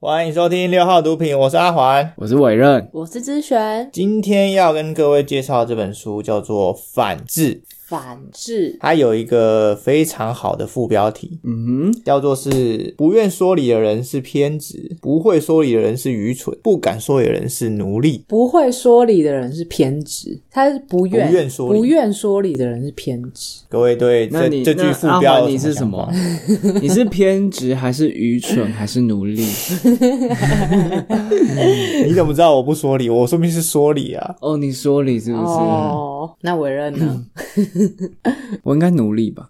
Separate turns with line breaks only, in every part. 欢迎收听六号毒品，我是阿环。
我是伟任，
我是之璇，
今天要跟各位介绍这本书叫做《反制》，
反制
它有一个非常好的副标题，
嗯
叫做是“不愿说理的人是偏执，不会说理的人是愚蠢，不敢说理的人是奴隶
不会说理的人是偏执，他是不愿
不愿说理
不愿说理的人是偏执”。。
各位对
那
这
你
这句
那
副
阿
标
华你
有
是
什
什
么
么
想法？？
你是偏执还是愚蠢还是奴隶？
你怎么知道我不说理？我说明是说理啊。
哦，你说理是不是？
哦，
嗯
那委任呢？
我应该奴隶吧？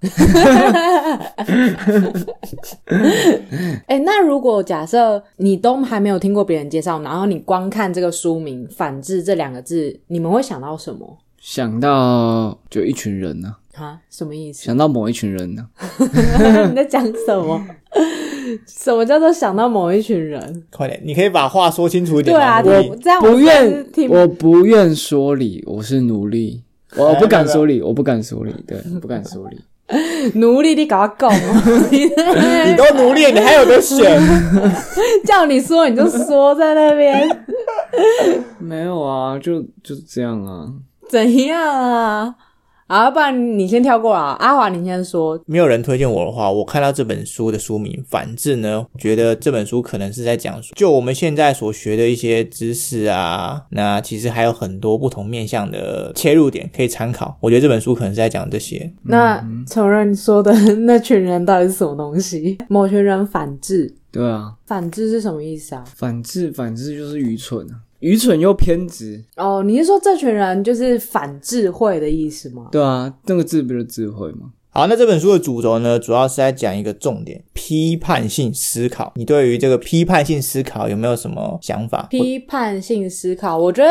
哎、那如果假设你都还没有听过别人介绍，然后你光看这个书名“反制”这两个字，你们会想到什么
想到就一群人呢、
啊？什么意思？
想到某一群人啊呢、
你在讲什么？ 什么叫做想到某一群人？
快点，你可以把话说清楚一
对
点
啊，
吗？
这
奴隶
不
样这样算是
愿，
听
我不愿说理，我是奴隶，我不敢说理，我不敢说理，对，不敢说理。
奴隶，你搞搞吗？ 你在那边
你都奴隶，你还有得选？
叫你说你就说，在那边
没有啊，就就这样啊。
怎样啊？啊，不然你先跳过啊。阿华，你先说。
没有人推荐我的话，我看到这本书的书名，反制呢，觉得这本书可能是在讲述就我们现在所学的一些知识啊，那其实还有很多不同面向的切入点可以参考。我觉得这本书可能是在讲这些，
嗯
那承认说的那群人到底是什么东 西？某群人反制，
对啊，
反制是什么意思啊？
反制反制就是愚蠢啊，愚蠢又偏执。
哦，你是说这群人就是反智慧的意思吗？
对啊，那个智不就是智慧吗？
好，那这本书的主轴呢，主要是在讲一个重点——批判性思考。你对于这个批判性思考有没有什么想法？
批判性思考，我觉得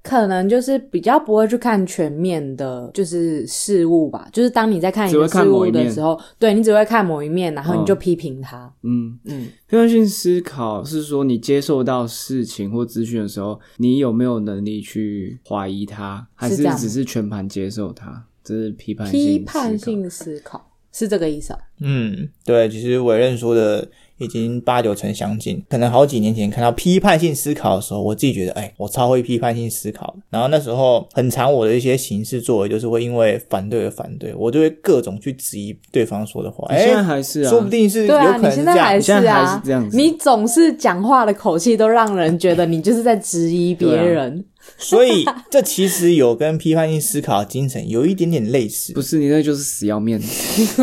可能就是比较不会去看全面的，就是事物吧。就是当你在看一
只会
个
看
事
某
物
一
的
面
时候，对你只会看某一面，然后你就
嗯
批评它。
嗯，
嗯，
批判性思考是说，你接受到事情或资讯的时候，你有没有能力去怀疑它，还
是
是
这样
只是全盘接受它？这是批判性
批
思考
判性思考是这个意思、啊。
嗯，对，其实委任说的已经八九成相近。可能好几年前看到批判性思考的时候，我自己觉得，哎，我超会批判性思考的。然后那时候很常我的一些行事作为，就是会因为反对而反对，我就会各种去质疑对方说的话。
你现在
哎，
还是啊，
说不定是有
对啊，
可
你
能是这
现在
样
还。
你现在还
啊
是这样子
你总是讲话的口气都让人觉得你就是在质疑别人。
所以这其实有跟批判性思考的精神有一点点类似
不，是你那就是死要 面子。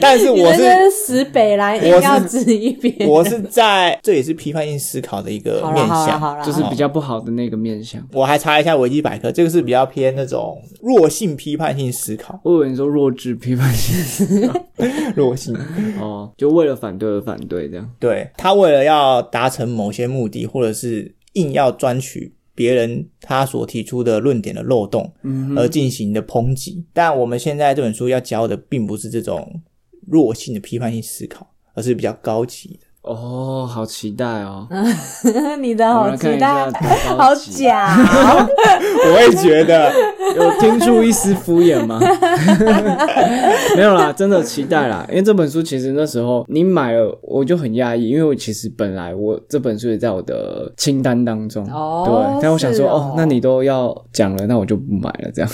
但
啊
是
你
我
真
是
的是死北蓝，硬要质疑别人。
我是在这也是批判性思考的一个
好
面
啦好啦
向，
好啦，
就是
好啦
比较不好的那个面相。
我还查一下维基百科，这个是比较偏那种弱性批判性思 考，
我以为你说弱智批判性思 考
弱性。
哦，就为了反对而反对这样。
对他为了要达成某些目的，或者是硬要专取别人他所提出的论点的漏洞
嗯
而进行的抨击。但我们现在这本书要教的并不是这种弱性的批判性思考，而是比较高级的。
哦，好期待哦！
你的
我们
嗯好
来看
期
一下啊
待，
多
好
高级，
假哦。
我也觉得，
有听出一丝敷衍吗？ 没有啦，真的期待啦，因为这本书其实那时候你买了，我就很讶异，因为我其实本来我这本书也在我的清单当中，
哦
对，但我想说，
是
哦
哦
那你都要讲了，那我就不买了，这样。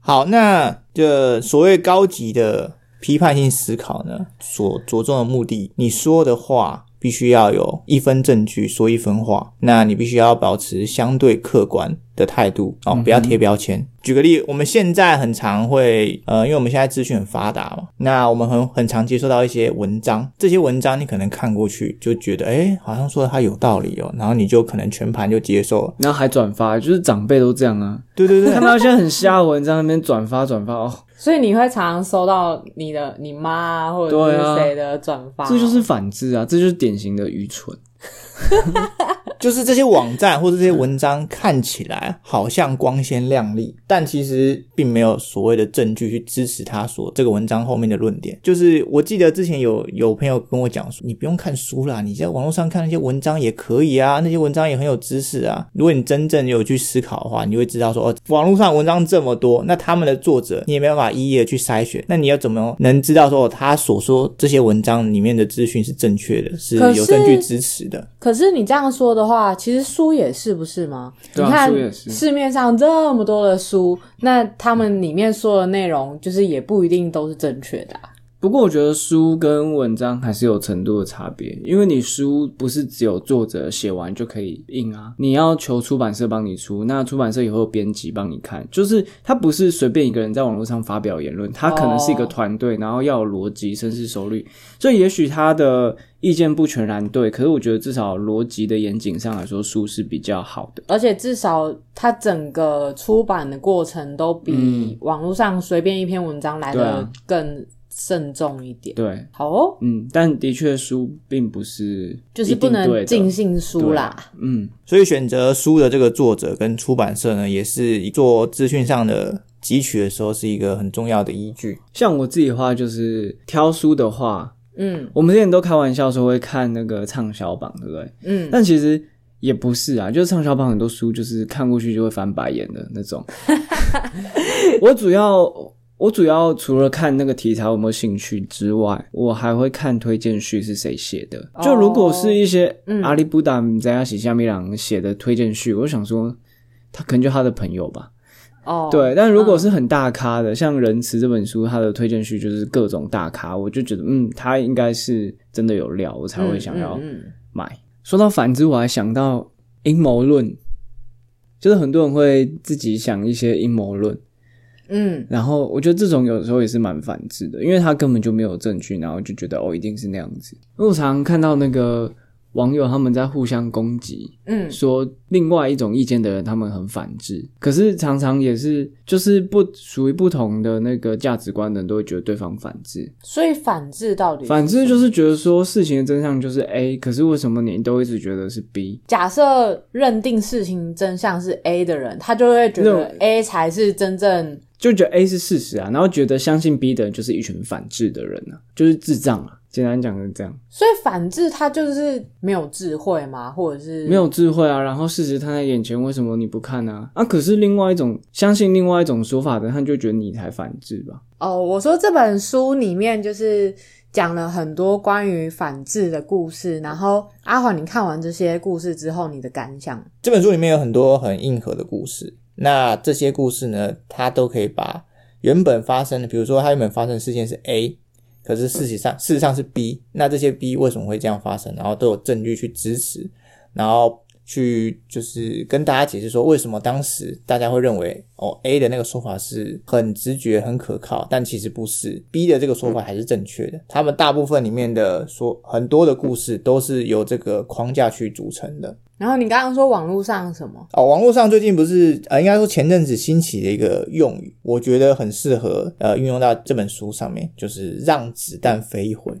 好，那这所谓高级的批判性思考呢，所着重的目的，你说的话必须要有一分证据说一分话，那你必须要保持相对客观的态度哦，不要贴标签。举个例，我们现在很常会，呃，因为我们现在资讯很发达嘛，那我们很很常接收到一些文章，这些文章你可能看过去就觉得，哎，好像说的它有道理哦，然后你就可能全盘就接受了。
然后还转发，就是长辈都这样 啊，
对对对
看，到一些很瞎的文章那边转发转发，哦，
所以你会常常收到你的你妈啊或者
对
是
啊
谁的转发，
这就是反制啊，这就是典型的愚蠢。
就是这些网站或者这些文章看起来好像光鲜亮丽，但其实并没有所谓的证据去支持他所这个文章后面的论点。就是我记得之前有有朋友跟我讲说，你不用看书啦，你在网络上看那些文章也可以啊，那些文章也很有知识啊。如果你真正有去思考的话，你会知道说，哦，网络上文章这么多，那他们的作者你也没办法一一的去筛选，那你要怎么能知道说、哦他所说这些文章里面的资讯是正确的，是
可
有证据
是
支持的？
可是你这样说的话，其实书也是不是吗？
对啊
你
书也
看
是
市面上这么多的书，那他们里面说的内容，就是也不一定都是正确的啊、
不过我觉得书跟文章还是有程度的差别，因为你书不是只有作者写完就可以印啊，你要求出版社帮你出，那出版社也会有编辑帮你看，就是它不是随便一个人在网络上发表言论，它可能是一个
哦
团队，然后要有逻辑、深思熟虑，所以也许他的意见不全然对，可是我觉得至少逻辑的严谨上来说，书是比较好的。
而且至少它整个出版的过程都比网络上随便一篇文章来
嗯对
的
啊
更慎重一点。
对，
好哦，
嗯，但的确书并不是
就是不
一定对的
能尽信书啦。
嗯，
所以选择书的这个作者跟出版社呢，也是做资讯上的汲取的时候是一个很重要的依据。
像我自己的话，就是挑书的话，
嗯
我们之前都开玩笑说会看那个畅销榜，对不对？
嗯，
但其实也不是啊，就是畅销榜很多书就是看过去就会翻白眼的那种。 我主要我主要除了看那个题材有没有兴趣之外，我还会看推荐序是谁写的。就如果是一些
哦嗯
阿里布达米在亚喜夏米朗写的推荐序，我想说他可能就他的朋友吧。
哦，
对，但如果是很大咖的，像《仁慈》这本书，它的推荐序就是各种大咖，我就觉得，嗯，他应该是真的有料，我才会想要
嗯嗯嗯
买。说到反之，我还想到阴谋论，就是很多人会自己想一些阴谋论，
嗯，
然后我觉得这种有时候也是蛮反智的，因为他根本就没有证据，然后就觉得哦，一定是那样子。因为我常常看到那个网友他们在互相攻击，
嗯
说另外一种意见的人，他们很反制，可是常常也是就是不属于不同的那个价值观的人都会觉得对方反制，
所以反制到底
反制就是觉得说事情的真相就是 A，可是为什么你都一直觉得是 B？
假设认定事情真相是 A 的人，他就会觉
那
得
种
A 才是真正
就觉得 A 是事实啊，然后觉得相信 B 的人就是一群反制的人啊，就是智障啊。简单讲是这样，
所以反制他就是没有智慧嘛，或者是
没有智慧啊，然后事实摊在眼前，为什么你不看呢、啊？啊，可是另外一种相信另外一种说法的，他就觉得你才反制吧。
哦。我说这本书里面就是讲了很多关于反制的故事，然后阿华，你看完这些故事之后，你的感想？
这本书里面有很多很硬核的故事，那这些故事呢，它都可以把原本发生的，比如说它原本发生的事件是 A，可是事实上事实上是 B，那这些 B 为什么会这样发生，然后都有证据去支持，然后去就是跟大家解释说为什么当时大家会认为哦 A 的那个说法是很直觉、很可靠，但其实不是 B 的这个说法还是正确的。他们大部分里面的说很多的故事都是由这个框架去组成的。
然后你刚刚说网络上什么？
哦，网络上最近不是呃，应该说前阵子兴起的一个用语，我觉得很适合呃运用到这本书上面，就是让子弹飞一回，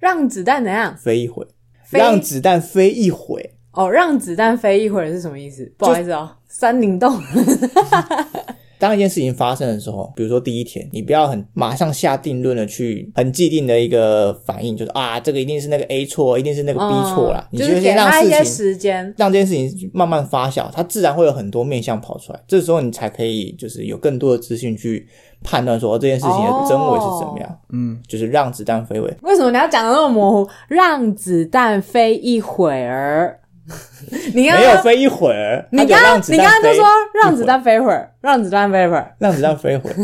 让子弹怎样？
飞一回，
飞
让子弹飞一回。
哦，让子弹飞一会儿是什么意思？不好意思哦，山林洞。
当一件事情发生的时候，比如说第一天，你不要很马上下定论的去很既定的一个反应，就是啊，这个一定是那个 A 错，一定是那个 B 错啦，
嗯
你
就是给
先让
他一些
事情。
时间。
让这件事情慢慢发酵，它自然会有很多面向跑出来。这时候你才可以就是有更多的资讯去判断说、哦这件事情的真伪是怎么样。
嗯，
就是让子弹飞尾。
为什么你要讲的那么模糊？让子弹飞一会儿。 你刚
没有
刚，
飞一会儿，
你
它
刚
就
刚
让，子
你
弹
刚刚就
飞
说让子弹飞一会儿，让子弹飞一会儿。
让子弹 飞一会儿。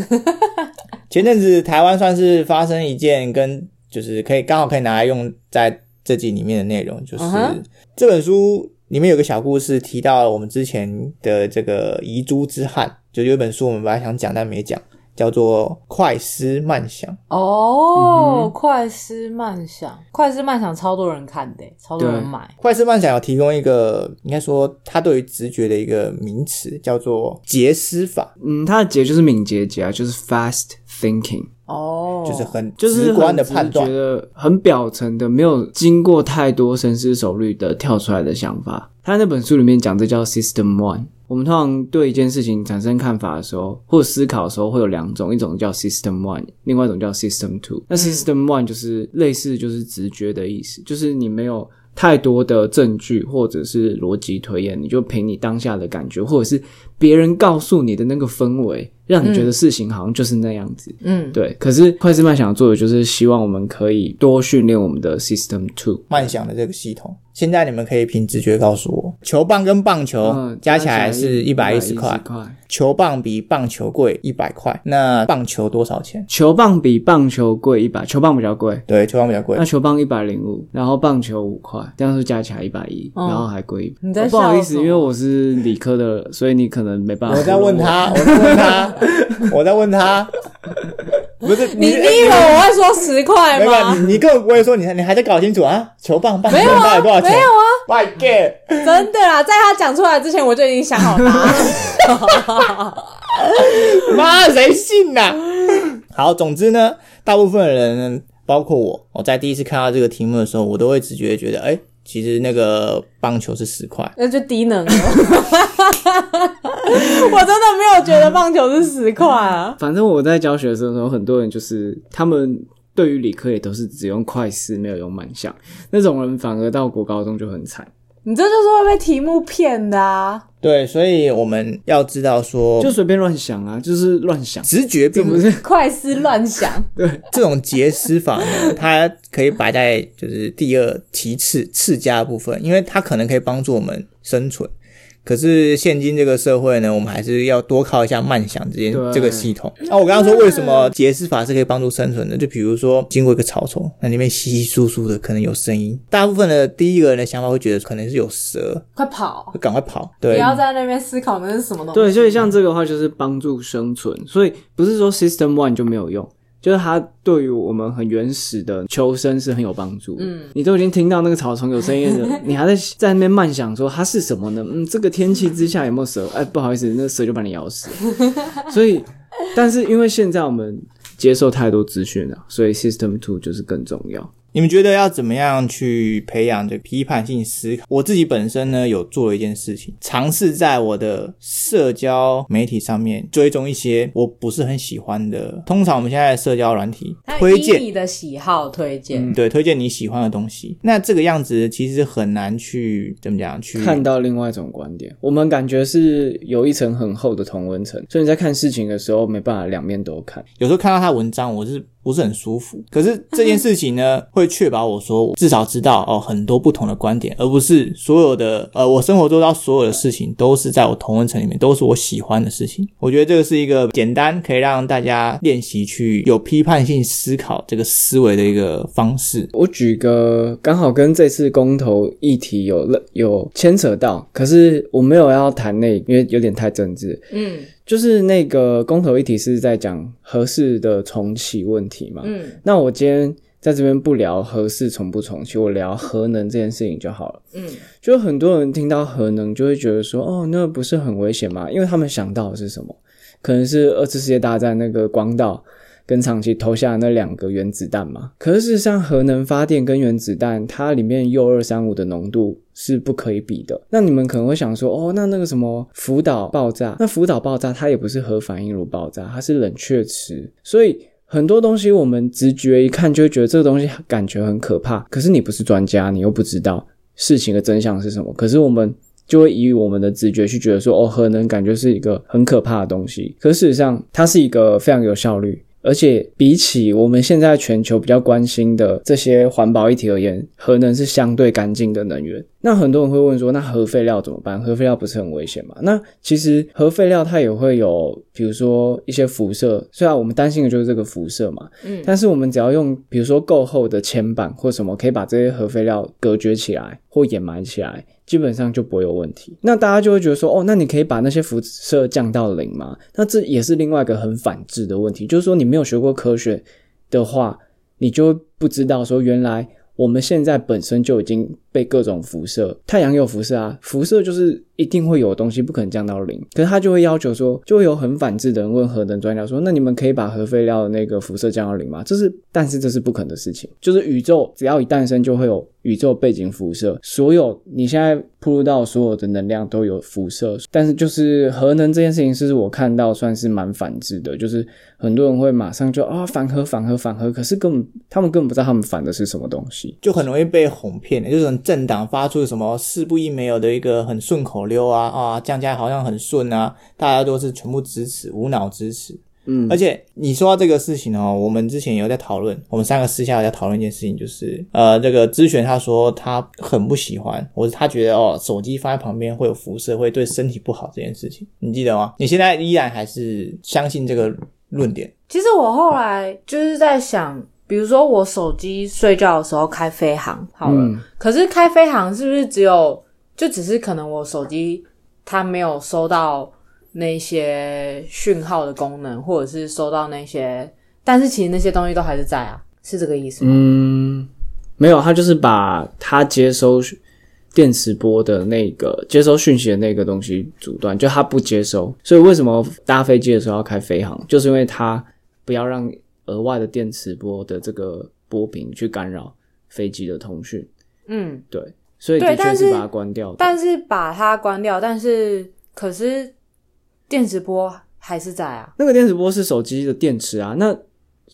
前阵子台湾算是发生一件跟就是可以刚好可以拿来用在这集里面的内容，就是、
嗯哼
这本书里面有个小故事提到了我们之前的这个遗珠之憾，就有一本书我们本来想讲但没讲，叫做《快思慢想》。
哦，
嗯哼
快思慢想，快思慢想超多人看的，超多人
对
买。
快思慢想有提供一个，应该说它对于直觉的一个名词，叫做捷思法。
嗯，它的节就是敏捷节啊，就是 fast thinking。
哦，
就是很
就是
直观的
很
判
直
断
觉。得很表层的，没有经过太多深思熟虑的跳出来的想法。他那本书里面讲，这叫 System One。我们通常对一件事情产生看法的时候，或思考的时候，会有两种，一种叫 System One，另外一种叫 System Two。那 System One 就是类似就是直觉的意思，就是你没有太多的证据或者是逻辑推演，你就凭你当下的感觉，或者是别人告诉你的那个氛围，让你觉得事情好像就是那样子。
嗯，
对，可是快思慢想做的就是希望我们可以多训练我们的 System Two。
慢想的这个系统，现在你们可以凭直觉告诉我，球棒跟棒球
嗯，
哦加起来是一百一十
110
块，球棒比棒球贵一百块，那棒球多少钱？
球棒比棒球贵一百，球棒比较贵。
对，球棒比较贵
那。球棒一百零五，然后棒球五块，这样是加起来一百一，
哦
嗯
然后还贵一百。
你在
哦不好意
笑什
思，
么
因为我是理科的，所以你可能没办 法。
我在问，他，我在问他，我在问他，不是
你你以为我会说十块
没有，
吗？
你你跟我我也说你你还在搞清楚啊？球棒棒球
没有
到
啊，
底多少钱
没有啊，
？My God！
真的啦，在他讲出来之前，我就已经想好答 案。
妈，谁信呐、 好，总之呢，大部分人，包括我，我在第一次看到这个题目的时候，我都会直觉觉得，哎、其实那个棒球是十块。
那就低 能了。我真的没有觉得棒球是十块啊。
反正我在教学生的时候，很多人就是他们对于理科也都是只用快思，没有用慢想，那种人反而到国高中就很惨。
你这就是会被题目骗的啊！
对，所以我们要知道说
就，随便乱想啊，就是乱想，
直觉
这
并
不
不
是
快思乱想，
这种结思法呢，它可以摆在就是第二其次次加部分，因为它可能可以帮助我们生存。可是现今这个社会呢，我们还是要多靠一下慢想这件
对
这个系统。那、我刚刚说为什么结思法是可以帮助生存的？就比如说经过一个草丛，那里面稀稀疏疏的，可能有声音。大部分的第一个人的想法会觉得可能是有蛇，
快跑！
会赶快跑。
不
对，
要在那边思考那是什么东西。
对，所以像这个话就是帮助生存，所以不是说 System One 就没有用，就是它对于我们很原始的求生是很有帮助。嗯，你都已经听到那个草丛有声音 了，你还在在那边慢想说它是什么呢？嗯，这个天气之下有没有蛇？哎，不好意思，那蛇就把你咬死。 所以，但是因为现在我们接受太多资讯了，所以 System Two 就是更重要。
你们觉得要怎么样去培养这个批判性思考？我自己本身呢，有做了一件事情，尝试在我的社交媒体上面追踪一些我不是很喜欢的。通常我们现在的社交软体
它
推
依
荐，
你的喜好推
嗯
荐，
对，推荐你喜欢的东西。那这个样子其实很难去怎么讲
嗯
去
看到另外一种观点，我们感觉是有一层很厚的同温层，所以你在看事情的时候没办法两面都看。
有时候看到他文章，我是不是很舒服？可是这件事情呢，会确保我说我至少知道哦很多不同的观点，而不是所有的呃我生活周遭所有的事情都是在我同温层里面，都是我喜欢的事情。我觉得这个是一个简单可以让大家练习去有批判性思考这个思维的一个方式。
我举个刚好跟这次公投议题有了有牵扯到，可是我没有要谈那，因为有点太政治。
嗯
就是那个公投议题是在讲合适的重启问题嘛。
嗯
那我今天在这边不聊合适重不重启，我聊核能这件事情就好了。
嗯，
就很多人听到核能就会觉得说，哦，那不是很危险吗？因为他们想到的是什么？可能是二次世界大战那个广岛跟长崎投下的那两个原子弹嘛。可是事实上，核能发电跟原子弹，它里面铀二三五的浓度是不可以比的。那你们可能会想说，哦，那那个什么福岛爆炸，那福岛爆炸它也不是核反应炉爆炸，它是冷却池，所以。很多东西我们直觉一看就会觉得这个东西感觉很可怕，可是你不是专家，你又不知道，事情的真相是什么，可是我们就会以我们的直觉去觉得说，哦，核能感觉是一个很可怕的东西。可事实上，它是一个非常有效率，而且比起我们现在全球比较关心的这些环保议题而言，核能是相对干净的能源。那很多人会问说，那核废料怎么办？核废料不是很危险吗？那其实核废料它也会有，比如说一些辐射，虽然我们担心的就是这个辐射嘛，
嗯
但是我们只要用，比如说够厚的铅板或什么，可以把这些核废料隔绝起来或掩埋起来，基本上就不会有问题。那大家就会觉得说，哦，那你可以把那些辐射降到零吗？那这也是另外一个很反制的问题，就是说你没有学过科学的话，你就会不知道说原来我们现在本身就已经被各种辐射，太阳有辐射啊，辐射就是一定会有的东西，不可能降到零。可是他就会要求说，就会有很反制的人问核能专家说，那你们可以把核废料的那个辐射降到零吗？这是，但是这是不可能的事情。就是宇宙只要一诞生，就会有宇宙背景辐射，所有你现在铺入到所有的能量都有辐射。但是就是核能这件事情，是我看到算是蛮反制的，就是很多人会马上就啊、反核反核反核，可是根本他们根本不知道他们反的是什么东西。
就很容易被哄骗的，就是政党发出什么四不一没有的一个很顺口溜啊啊，降价好像很顺啊，大家都是全部支持，无脑支持。
嗯
而且你说到这个事情哦，我们之前有在讨论，我们三个私下有在讨论一件事情，就是呃，这个知璇他说他很不喜欢，我他觉得哦，手机放在旁边会有辐射，会对身体不好这件事情，你记得吗？你现在依然还是相信这个论点？
其实我后来就是在想，比如说我手机睡觉的时候开飞行好了，
嗯
可是开飞行是不是只有就只是可能我手机它没有收到那些讯号的功能，或者是收到那些，但是其实那些东西都还是在啊，是这个意思吗？
嗯，没有，他就是把他接收电磁波的那个接收讯息的那个东西阻断，就他不接收。所以为什么搭飞机的时候要开飞航，就是因为他不要让额外的电磁波的这个波频去干扰飞机的通讯。
嗯，
对，所以
对
的确
但是
把它关掉的。
但是把它关掉，但是可是电磁波还是在啊。
那个电磁波是手机的电池啊，那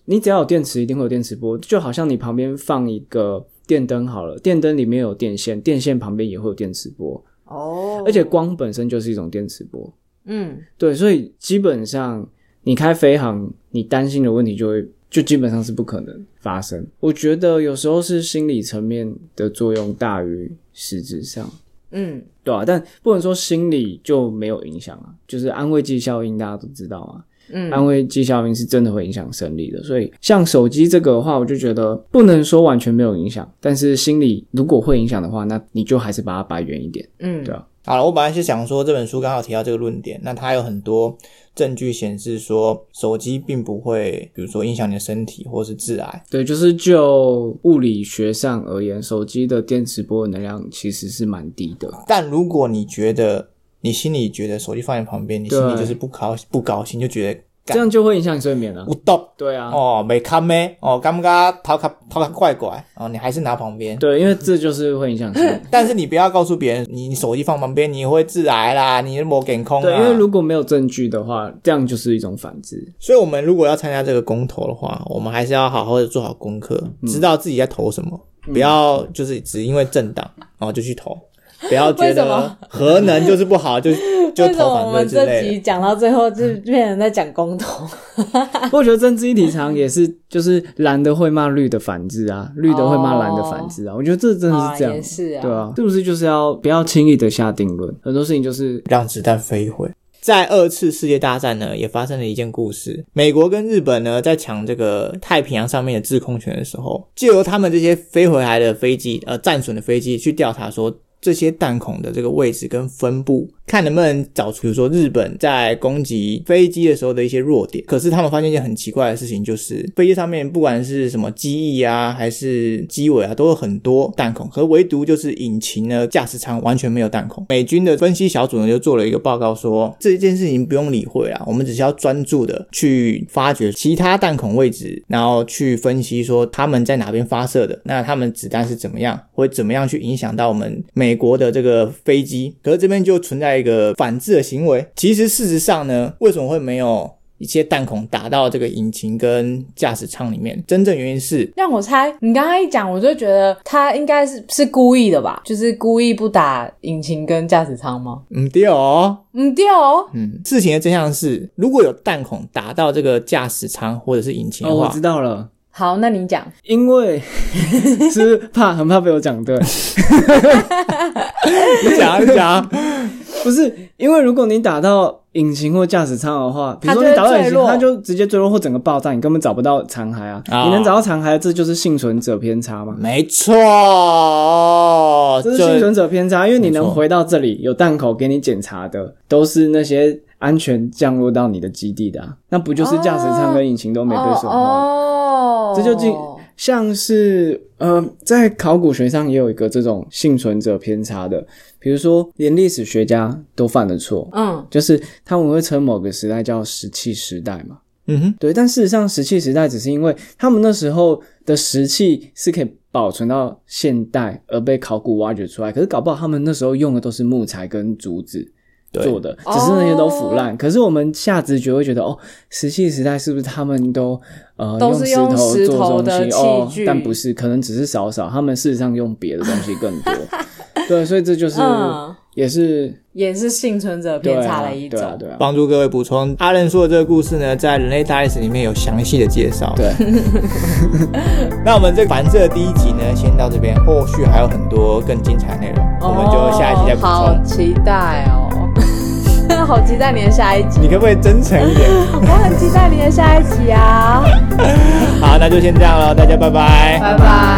你只要有电池，一定会有电磁波，就好像你旁边放一个电灯好了，电灯里面有电线，电线旁边也会有电磁波，
哦，
而且光本身就是一种电磁波，
嗯，
对，所以基本上你开飞航，你担心的问题就会就基本上是不可能发生。我觉得有时候是心理层面的作用大于实质上。
嗯
对啊，但不能说心理就没有影响啊，就是安慰剂效应，大家都知道啊。
嗯
安慰剂效应是真的会影响生理的，所以像手机这个的话，我就觉得不能说完全没有影响，但是心理如果会影响的话，那你就还是把它摆远一点。
嗯，
对啊
好了，我本来是想说这本书刚好提到这个论点，那它有很多证据显示说手机并不会，比如说影响你的身体或是致癌。
对，就是就物理学上而言，手机的电磁波能量其实是蛮低的。
但如果你觉得你心里觉得手机放在旁边，你心里
对
就是不高不高兴，就觉得
这样就会影响睡眠了
不。动
对啊，
哦，没看咩哦，尴尬掏卡掏卡怪怪哦，你还是拿旁边。
对，因为这就是会影响睡 眠。
但是你不要告诉别人，你你手机放旁边，你会致癌啦，你是没健康
哦
对，因为
啊。
如果没有证据的话，这样就是一种反制。
所以，我们如果要参加这个公投的话，我们还是要好好的做好功课，知道自己在投什么，不要就是只因为政党然后就去投，不要觉
为什
得
么
核能就是不好，就 就
为什
投
么
反对
我们
之
这
类的。
集讲到最后就变成在讲公投？
不过我觉得政治议题常也是，就是蓝的会骂绿的反制啊，绿的会骂蓝的反制啊。我觉得这真的是这样，
也是哦啊，
对啊，是不是就是要不要轻易的下定论？很多事情就是
让子弹飞一回。在二次世界大战呢，也发生了一件故事。美国跟日本呢，在抢这个太平洋上面的制空权的时候，借由他们这些飞回来的飞机，呃，战损的飞机去调查说这些弹孔的这个位置跟分布，看能不能找出，比如说日本在攻击飞机的时候的一些弱点。可是他们发现一件很奇怪的事情，就是飞机上面不管是什么机翼啊，还是机尾啊，都有很多弹孔，可唯独就是引擎呢，驾驶舱完全没有弹孔。美军的分析小组呢就做了一个报告说，这件事情不用理会啊，我们只需要专注的去发掘其他弹孔位置，然后去分析说他们在哪边发射的，那他们子弹是怎么样，会怎么样去影响到我们美国的这个飞机。可是这边就存在一个反制的行为。其实事实上呢，为什么会没有？一些弹孔打到这个引擎跟驾驶舱里面，真正原因是
让我猜，你刚刚一讲，我就觉得他应该是是故意的吧？就是故意不打引擎跟驾驶舱吗？
嗯，对哦，
嗯，对哦，
嗯，事情的真相是，如果有弹孔打到这个驾驶舱或者是引擎
哦，
的
我
话，
知道了，
好，那你讲，
因为 是怕很怕被我讲对，
你讲啊你讲啊，
不是因为如果你打到引擎或驾驶舱的话，比如说
它就会
你打到引
坠
擎，
落
它就直接坠落或整个爆炸，你根本找不到残骸啊！
啊嗯
你能找到残骸，这就是幸存者偏差嘛？
没错，
这是幸存者偏差，因为你
没
能
错
回到这里，有弹口给你检查的，都是那些安全降落到你的基地的、啊，那不就是驾驶舱跟引擎都没被损坏吗？
哦，
这就进像是呃，在考古学上也有一个这种幸存者偏差的，比如说连历史学家都犯了错，
嗯，
就是他们会称某个时代叫石器时代嘛。
嗯哼，
对，但事实上，石器时代只是因为他们那时候的石器是可以保存到现代而被考古挖掘出来，可是搞不好他们那时候用的都是木材跟竹子
对
做的，只是那些都腐
哦
烂。可是我们下直觉会觉得，哦，石器时代是不是他们都呃
都是
用
用
石
石
头
头
做
的
东西？
器
哦
具，
但不是，可能只是少少，他们事实上用别的东西更多。 对，所以这就是、
嗯
也是
也是幸存者
对
偏差
啊
的一，
对
种。
啊，对啊。
帮助各位补充阿任说的这个故事呢，在人类大历史里面有详细的介绍。
对，
那我们这个凡社第一集呢，先到这边，后续还有很多更精彩的内容，啊我们就下一集再补
哦好
充。
期待哦， 好期待你的下一集，
你可不可以真诚一 点？
我很期待你的下一集啊，
好，那就先这样了，大家拜拜。
拜拜。